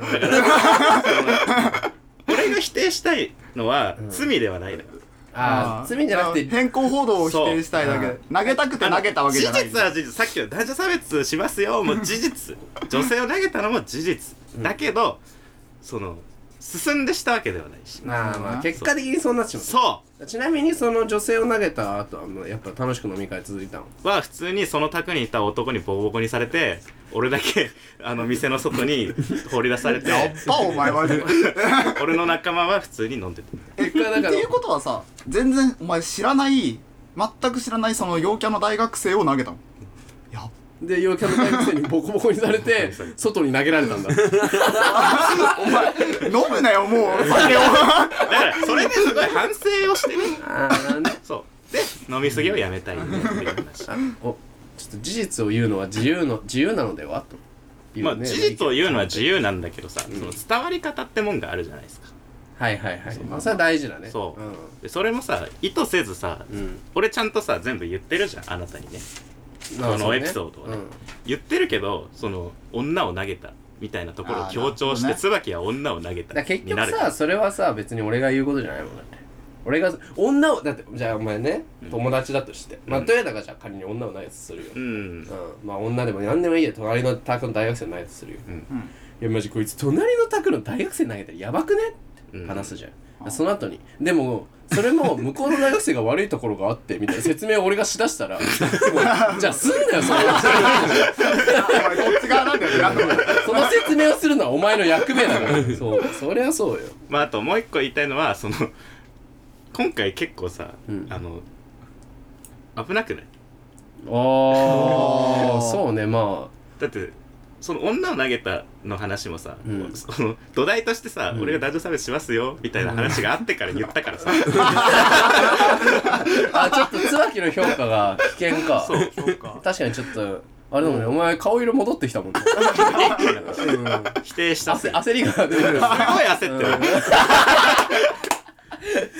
Speaker 3: 俺が否定したいのは罪ではないのよ
Speaker 1: ああ罪じゃなくて
Speaker 2: 変更報道を否定したいだけ
Speaker 1: そう
Speaker 2: で投げたくて投げたわけじゃない
Speaker 3: 事実は事実さっきの男女差別しますよもう事 実女性を投げたのも事実だけどその進んでしたわけではないし
Speaker 1: まあまあ結果的にそうなっちまっ
Speaker 3: そ
Speaker 1: たちなみにその女性を投げた後はもうやっぱ楽しく飲み会続いたの
Speaker 3: うは普通にその宅にいた男にボコボコにされて俺だけあの店の外に放り出されて
Speaker 2: やっぱお前はね
Speaker 3: 俺の仲間は普通に飲んでて
Speaker 1: 結果だ
Speaker 2: っ
Speaker 1: か
Speaker 2: ていう
Speaker 1: ら
Speaker 2: ことはさ全然お前知らない全く知らないその陽キャの大学生を投げたのやっ
Speaker 1: で陽キャの大学生にボコボコにされ て外に投げられたんだ
Speaker 2: ぱお前飲むなよもう酒を
Speaker 3: だからそれですごい反省をしてね
Speaker 1: ああね
Speaker 3: そうで飲みすぎをやめたいんだっていう話
Speaker 1: おちょっと事実を言うのは自由の自由なのではという
Speaker 3: まあ
Speaker 1: ね
Speaker 3: 事実を言うのは自由なんだけどさ、その伝わり方ってもんがあるじゃないですか
Speaker 1: はいはいはいまあそれは大事だね
Speaker 3: そう
Speaker 1: うん
Speaker 3: でそれもさ意図せずさ、
Speaker 1: うん
Speaker 3: 俺ちゃんとさ全部言ってるじゃんあなたにね
Speaker 1: まあ
Speaker 3: そのエピソードを
Speaker 1: そうね
Speaker 3: ね
Speaker 1: うん
Speaker 3: 言ってるけどその女を投げたみたいなところを
Speaker 2: あー
Speaker 3: 強調して、
Speaker 2: なるほ
Speaker 3: 椿は女を投げた
Speaker 1: だから結局
Speaker 3: にな
Speaker 1: さ
Speaker 3: る
Speaker 1: それはさ別に俺が言うことじゃないもんだって俺が女をだってじゃあお前ね友達だとして、まあトヨタがじゃあ仮に女を投げたとするよ、う
Speaker 3: う
Speaker 1: ん
Speaker 3: ん
Speaker 1: まあ女でも何でもいいよ隣のタクの大学生投げたとするよ、
Speaker 3: うん
Speaker 1: いやマジこいつ隣のタクの大学生投げたらやばくねっ
Speaker 3: うん
Speaker 1: て話すじゃん、その後にでもそれも向こうの大学生が悪いところがあってみたいな説明を俺がしだした らもうじゃあすんなよそんな話
Speaker 2: お前こっち側なんだよね
Speaker 1: その説明をするのはお前の役目だからそうそりゃそうよ
Speaker 3: まああともう一個言いたいのはその今回結構さ、
Speaker 1: うん
Speaker 3: あの危なくない
Speaker 1: あ
Speaker 2: あ
Speaker 1: あ
Speaker 2: ー
Speaker 1: そうねま
Speaker 3: だってその女を投げたの話もさ、
Speaker 1: うん
Speaker 3: その土台としてさ、俺が男女差別しますよみたいな話があってから言ったからさ、
Speaker 1: ああちょっと椿の評価が危険か
Speaker 3: そう
Speaker 1: 確かにちょっとあれだもんね、お前顔色戻ってきたもんね、うん、
Speaker 3: 否定した
Speaker 1: 焦焦りが出てる
Speaker 3: すごい焦ってる、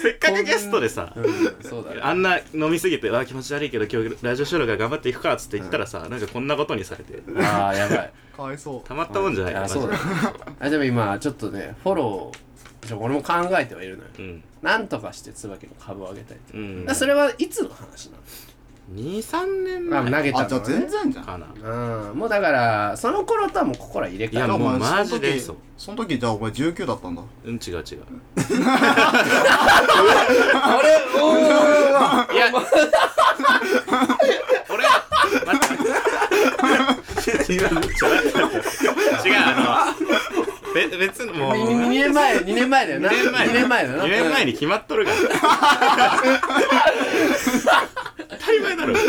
Speaker 3: せっかくゲストでさ、
Speaker 1: うんそうだね
Speaker 3: あんな飲みすぎて「わあ気持ち悪いけど今日ラジオ収録は頑張っていくか」っつって言ったらさ、なんかこんなことにされて
Speaker 1: ああやばい
Speaker 2: かわいそ
Speaker 3: たまったもんじゃない
Speaker 1: あ
Speaker 3: マジで
Speaker 1: そうだねあでも今ちょっとねフォローちょ俺も考えてはいるのよ
Speaker 3: うん
Speaker 1: なんとかして椿の株を上げたいって、
Speaker 3: うん
Speaker 1: だからそれはいつの話な
Speaker 3: 23年
Speaker 1: の、あ、
Speaker 3: 前
Speaker 1: 投げ
Speaker 2: う
Speaker 1: た
Speaker 2: あじ
Speaker 1: の
Speaker 2: ゃあ
Speaker 1: は
Speaker 2: 全
Speaker 1: ね
Speaker 2: 然じゃん
Speaker 3: かな
Speaker 1: うんもうだからその頃とはもう心は入れ替
Speaker 3: い
Speaker 1: え
Speaker 3: や
Speaker 2: じゃあお前
Speaker 3: もうマジで
Speaker 2: そ
Speaker 3: そう
Speaker 2: の時その時じゃあお前19だったんだ
Speaker 3: うん違う違う
Speaker 1: あれおーいや
Speaker 3: 俺 待って違うあのべ別のもう
Speaker 1: 2年前2年前だよな
Speaker 3: 2年前
Speaker 1: 二年前だよな
Speaker 3: 2年前に決まっとるからたり前だろ何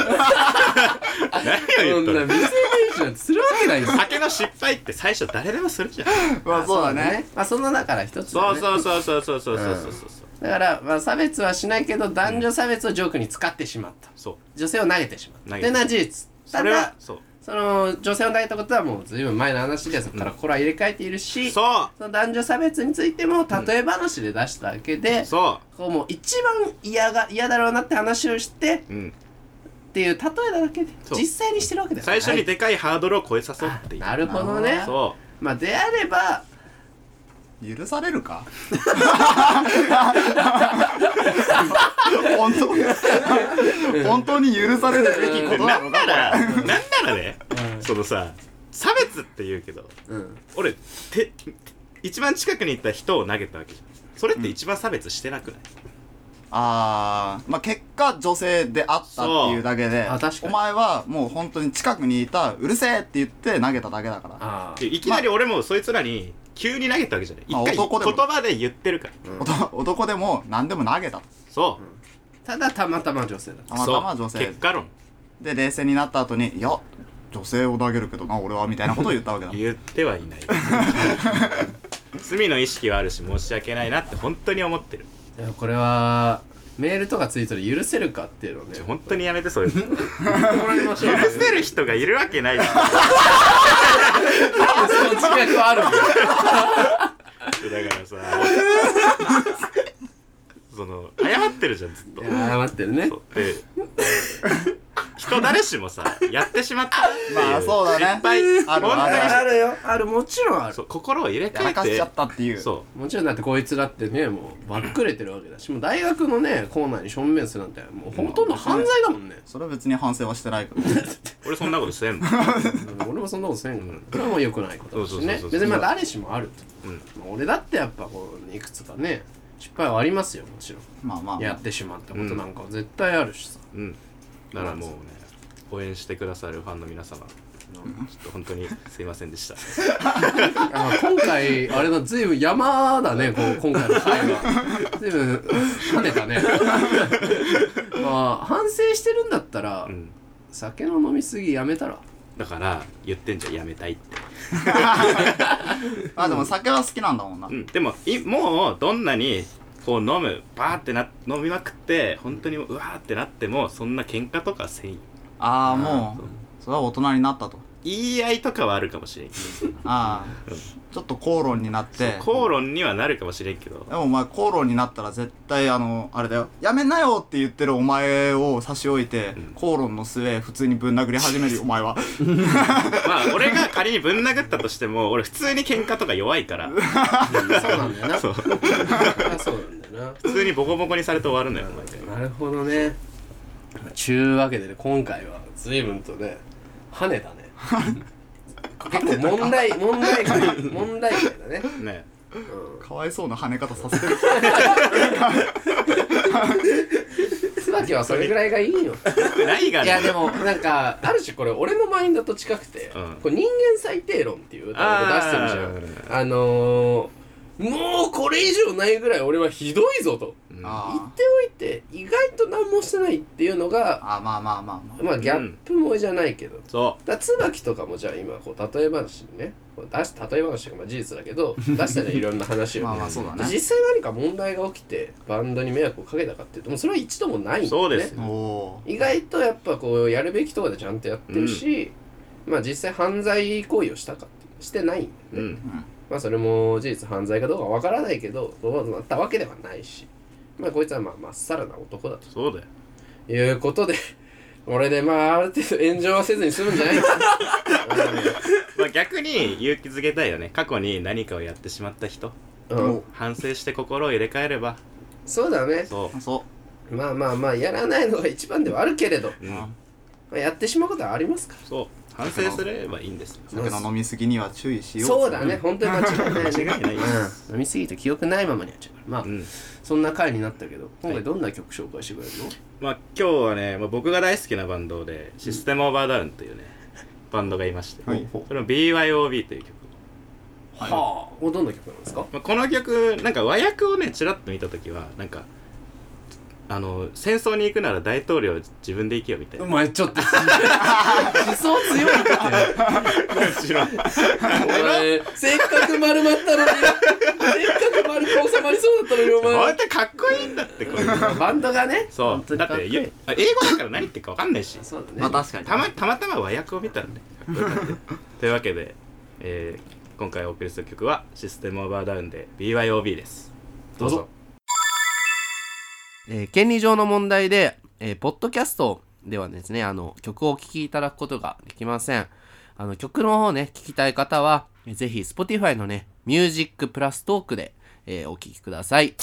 Speaker 3: を
Speaker 1: そ
Speaker 3: 言っと
Speaker 1: んな
Speaker 3: る
Speaker 1: 未成年者なんてするわけないですよ
Speaker 3: 酒の失敗って最初誰でもするじゃん
Speaker 2: まあそうだね。
Speaker 1: まあその中から一つだね、
Speaker 3: そうそうそうそうそうそうそうそうそう
Speaker 1: だから、まあ、差別はしないけど男女差別をジョークに使ってしまった
Speaker 3: そう
Speaker 1: 女性を投げてしまった
Speaker 3: 投げ
Speaker 1: で
Speaker 3: て
Speaker 1: な事実
Speaker 3: そ
Speaker 1: た
Speaker 3: れは
Speaker 1: だ
Speaker 3: そう
Speaker 1: その女性を投げたことはもう随分前の話でそこからこれは入れ替えているし、そ
Speaker 3: そ
Speaker 1: の男女差別についても例え話で出しただけで、
Speaker 3: うそ
Speaker 1: こうもう一番嫌が嫌だろうなって話をしてっ
Speaker 3: ううん
Speaker 1: ていう例えだだけで
Speaker 3: そう
Speaker 1: 実際にしてるわけだよ
Speaker 3: 最初にでかいハードルを超えさそうっていう
Speaker 1: なるほどね
Speaker 2: なるほ
Speaker 3: そ
Speaker 1: まあであれば
Speaker 2: 許される か本当に本当に許されるべき
Speaker 3: う
Speaker 2: こ
Speaker 3: で
Speaker 2: とな
Speaker 3: なん
Speaker 2: のか
Speaker 3: な
Speaker 2: らこ
Speaker 3: なんならねそのさ差別って言うけど
Speaker 1: うん
Speaker 3: 俺て一番近くにいた人を投げたわけじゃんそれって一番差別してなくない、
Speaker 2: れあーまあ結果女性であったっていうだけで
Speaker 1: そうあ確か
Speaker 2: お
Speaker 1: に
Speaker 2: 前はもう本当に近くにいたうるせえって言って投げただけだから
Speaker 1: あ
Speaker 3: でいきなり俺もそいつらに急に投げたわけじゃない一
Speaker 2: まあ
Speaker 3: 回
Speaker 2: 男でも
Speaker 3: 言葉で言ってるから、
Speaker 2: 男男でも何でも投げた
Speaker 3: そう、
Speaker 1: ただたまたま女性だった
Speaker 2: たまたま女
Speaker 3: そう
Speaker 2: 性
Speaker 3: 結果論
Speaker 2: で冷静になった後に「いや女性を投げるけどな俺は」みたいなことを言ったわけだ
Speaker 3: 言ってはい ない罪の意識はあるし申し訳ないなって本当に思ってる
Speaker 1: いやこれはメールとかツイートで許せるかっていうのをね
Speaker 3: 本当にやめてそういうの
Speaker 1: 怒ら れましょう
Speaker 3: 許せる人がいるわけないだか
Speaker 1: その自覚はあるんだよ
Speaker 3: ら さその謝ってるじゃんずっと
Speaker 1: いやー待ってるね
Speaker 3: そうで人誰しもさやってしまったなってい
Speaker 2: まあそうだね
Speaker 3: 失敗
Speaker 2: あるある
Speaker 3: 本当に
Speaker 1: るよあるもちろんあ
Speaker 3: そう心を入れ
Speaker 2: やら
Speaker 3: 替
Speaker 2: かしちゃ
Speaker 3: え
Speaker 2: ったってい
Speaker 3: て
Speaker 2: う
Speaker 3: そ
Speaker 1: もちろんだってこいつだってねもうばっくれてるわけだしもう大学のね校内に正面するなんてもうほとんど犯罪だもんね
Speaker 2: それは別に反省はしてないけど
Speaker 3: う俺そんなことしてんの
Speaker 1: 俺もそんなことせんからこれはもう良くないことだし
Speaker 3: そうそうそう
Speaker 1: ね
Speaker 3: そう
Speaker 1: 別にまあ誰しもある
Speaker 3: うん
Speaker 1: と、まあ俺だってやっぱこういくつかね失敗はありますよもちろん
Speaker 2: まあまあ、ま
Speaker 1: やっ
Speaker 2: あ、
Speaker 1: てしまったことなんかは絶対あるしさ、
Speaker 3: うんだからもうね応援してくださるファンの皆様ちょっと本当にすいませんでした
Speaker 1: あ今回あれだ随分山だねこう今回の回は随分跳ねた ねまあ反省してるんだったら、
Speaker 3: うん
Speaker 1: 酒の飲みすぎやめ たら
Speaker 3: だから言ってんじゃんやめたいって
Speaker 2: あでも酒は好きなんだもんな、
Speaker 3: うんでもいもうどんなにこう飲むバーってな飲みまくって本当にうわーってなってもそんな喧嘩とかせんよ
Speaker 2: ああもうそれは大人になったと
Speaker 3: 言い合いとかはあるかもしれんけ
Speaker 2: ああちょっと口論になって
Speaker 3: ど口論にはなるかもしれんけど
Speaker 2: でもお前口論になったら絶対あのあれだよやめなよって言ってるお前を差し置いて、口論の末普通にぶん殴り始めるよお前は
Speaker 3: まあ俺が仮にぶん殴ったとしても俺普通に喧嘩とか弱いから
Speaker 1: そうなんだよな
Speaker 3: そう
Speaker 1: あそうなんだよ
Speaker 3: 普通にボコボコにされて終わるのよ毎回
Speaker 1: ななるほどねまあちゅうわけでね今回は随分とね跳ねたね結構問題問題回問題回だね
Speaker 3: ね
Speaker 2: かわいそうな跳ね方させてる
Speaker 1: 椿はそれぐらいがいいよ
Speaker 3: え何が
Speaker 1: いやでもなんかある種これ俺のマインドと近くて、
Speaker 3: うん
Speaker 1: こう人間最低論っていう歌を俺出してるじゃんあのー、もうこれ以上ないぐらい俺はひどいぞと
Speaker 3: うん
Speaker 1: 言
Speaker 2: あ
Speaker 1: っておいて意外と何もしてないっていうの
Speaker 2: あ
Speaker 1: が
Speaker 2: ああまあまあまあまあ
Speaker 1: まあギャップ萌えじゃないけど、
Speaker 3: そ
Speaker 1: だから椿とかもじゃあ今こう例え話にねこう出し例え話というかまあ事実だけ ど出したねいろんな話を、
Speaker 2: まあまあそうだね
Speaker 1: 実際何か問題が起きてバンドに迷惑をかけたかっていうともうそれは一度もないんだよね
Speaker 3: そうですよ
Speaker 2: おお
Speaker 1: 意外とやっぱこうやるべきとこでちゃんとやってるし、まあ実際犯罪行為をしたかってしてないんだよね、
Speaker 3: ううん
Speaker 1: まあそれも事実犯罪かどうかわからないけどどうなったわけではないしまあこいつはまあまっさらな男だ
Speaker 3: そうだよ
Speaker 1: ということで 俺でまあある程度炎上はせずに済むんじゃないか
Speaker 3: まあ逆に勇気づけたいよね過去に何かをやってしまった人
Speaker 1: な、う
Speaker 2: お
Speaker 1: ん
Speaker 2: お、
Speaker 3: 反省して心を入れ替えれば
Speaker 1: そうだね
Speaker 3: そ
Speaker 2: そ
Speaker 1: まあまあまあやらないのが一番ではあるけれど、
Speaker 3: う、う
Speaker 2: う、
Speaker 3: ん、
Speaker 1: まあ、やってしまうことはありますから
Speaker 3: そう反省すればいいんですよ
Speaker 2: 酒の飲みすぎには注意しよう
Speaker 1: そうだね、本当に 間違いないね
Speaker 3: 間違いないです
Speaker 1: うん飲みすぎて記憶ないままになっちゃうからまあ、
Speaker 3: うん
Speaker 1: そんな回になったけど今回どんな曲紹介してくれるの、
Speaker 3: まあ今日はね、まあ、僕が大好きなバンドでシステムオーバーダウンというねバンドがいまして、
Speaker 2: はい
Speaker 3: それの BYOB という曲、
Speaker 1: はあ、これどんな曲なんですか
Speaker 3: まあ、この曲なんか和訳をねちらっと見た時はなんかあの戦争に行くなら大統領自分で行けよみたい
Speaker 1: お
Speaker 3: な
Speaker 1: 前ちょっと思想強いって
Speaker 3: 知らん
Speaker 1: お前 せっかく丸まったのに せっかく丸く収まりそうだったのにお
Speaker 3: 本
Speaker 1: 前
Speaker 3: 当にかっ こいいんだってこれ
Speaker 1: バンドがね
Speaker 3: そ
Speaker 1: 本当
Speaker 3: う
Speaker 1: に
Speaker 3: だ
Speaker 1: か
Speaker 3: っ
Speaker 1: こ
Speaker 3: て
Speaker 1: いい
Speaker 3: いや英語だから何言ってるか分かんないし
Speaker 1: そうだね
Speaker 2: まあ確かに
Speaker 3: たまたまたま和訳を見たらね かっこよかったよというわけで、えー今回お送りする曲は「システムオーバーダウン」で BYOB ですどうぞ
Speaker 1: えー権利上の問題で、えーポッドキャストではですね、あの、曲をお聴きいただくことができません。あの、曲の方ね、聞きたい方は、えーぜひ、Spotify のね、ミュージックプラストークで、えーお聴きください。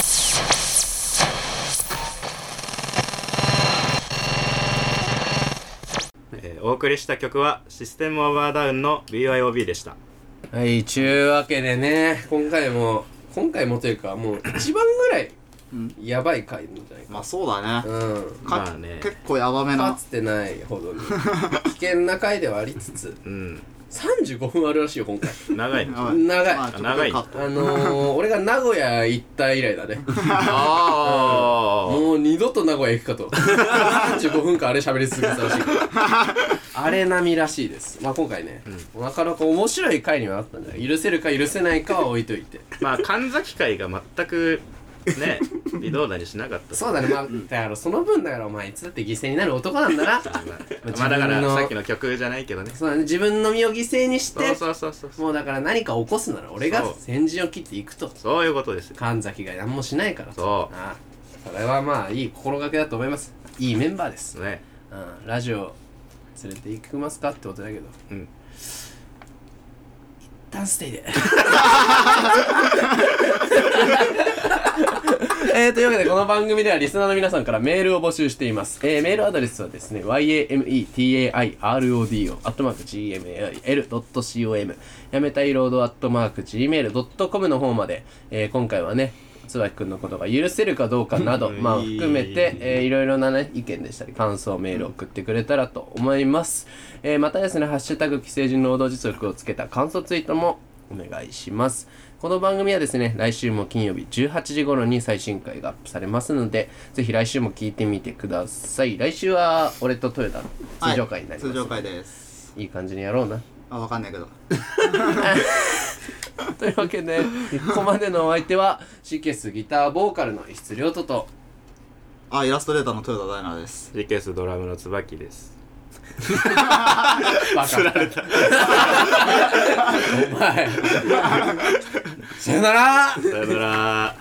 Speaker 3: えーお送りした曲は「システムオーバーダウン」の BYOB でした
Speaker 1: はい、ちゅうわけでね、今回も、今回もというか、もう一番ぐらい
Speaker 2: うん、
Speaker 1: やばい回なんじゃない
Speaker 2: まあそうだね
Speaker 1: な。うん。
Speaker 2: か
Speaker 3: まあね
Speaker 2: 結構やばめ
Speaker 1: か
Speaker 2: な
Speaker 1: つてないほ どに、危険な回ではありつつ、
Speaker 3: うん
Speaker 1: 35分あるらしいよ、今回。
Speaker 3: 長いね
Speaker 2: やば
Speaker 1: 長い
Speaker 2: まあちょっと
Speaker 3: 長い
Speaker 2: カット
Speaker 1: あ のー、俺が名古屋行った以来だね。
Speaker 3: あ
Speaker 1: もう二度と名古屋行くかと35分間あれ喋り続けてた らしいからあれ並みらしいですまあ今回ね、なかなか面白い回にはあったんだよ許せるか許せないかは置いといて
Speaker 3: まあ神崎会が全く ね微動だにしなかった
Speaker 1: そうだねまあだからその分だからお前いつだって犠牲になる男なんだな
Speaker 3: まあまあだ
Speaker 1: 自
Speaker 3: から
Speaker 1: 分の
Speaker 3: さっきの曲じゃないけどね
Speaker 1: そうだね自分の身を犠牲にして
Speaker 3: そうそうそうそうそう
Speaker 1: もうだから何か起こすなら俺が
Speaker 3: そう
Speaker 1: 先陣を切っていくと
Speaker 3: そういうことですよ
Speaker 1: 神崎が何もしないからと
Speaker 3: そう
Speaker 1: ああそれはまあいい心がけだと思いますいいメンバーです、
Speaker 3: ね
Speaker 1: うん、ラジオ連れて行きますかってことだけど
Speaker 3: うん
Speaker 1: ダンステイで。 えー、というわけでこの番組ではリスナーの皆さんからメールを募集しています、えー、メールアドレスはですね yametairodo.gmail.com やめたいロード .gmail.com の方まで、えー、今回はね椿君のことが許せるかどうかなど、まあ、含めて、えーいろいろな、ね、意見でしたり感想メールを送ってくれたらと思います、えーまたですね「ハッシュタグ既成人労働実力」をつけた感想ツイートもお願いしますこの番組はですね来週も金曜日18時頃に最新回がアップされますのでぜひ来週も聞いてみてください来週は俺とトヨタ通常回になります、
Speaker 2: 通常回です
Speaker 1: いい感じにやろうな
Speaker 2: あわかんないけど
Speaker 1: というわけでここまでのお相手はシーケスギターボーカルの質量とと
Speaker 2: あイラストレーターの豊田ダイナーです
Speaker 3: リケースドラムの椿です
Speaker 1: バカられたお前さよなら
Speaker 3: さよなら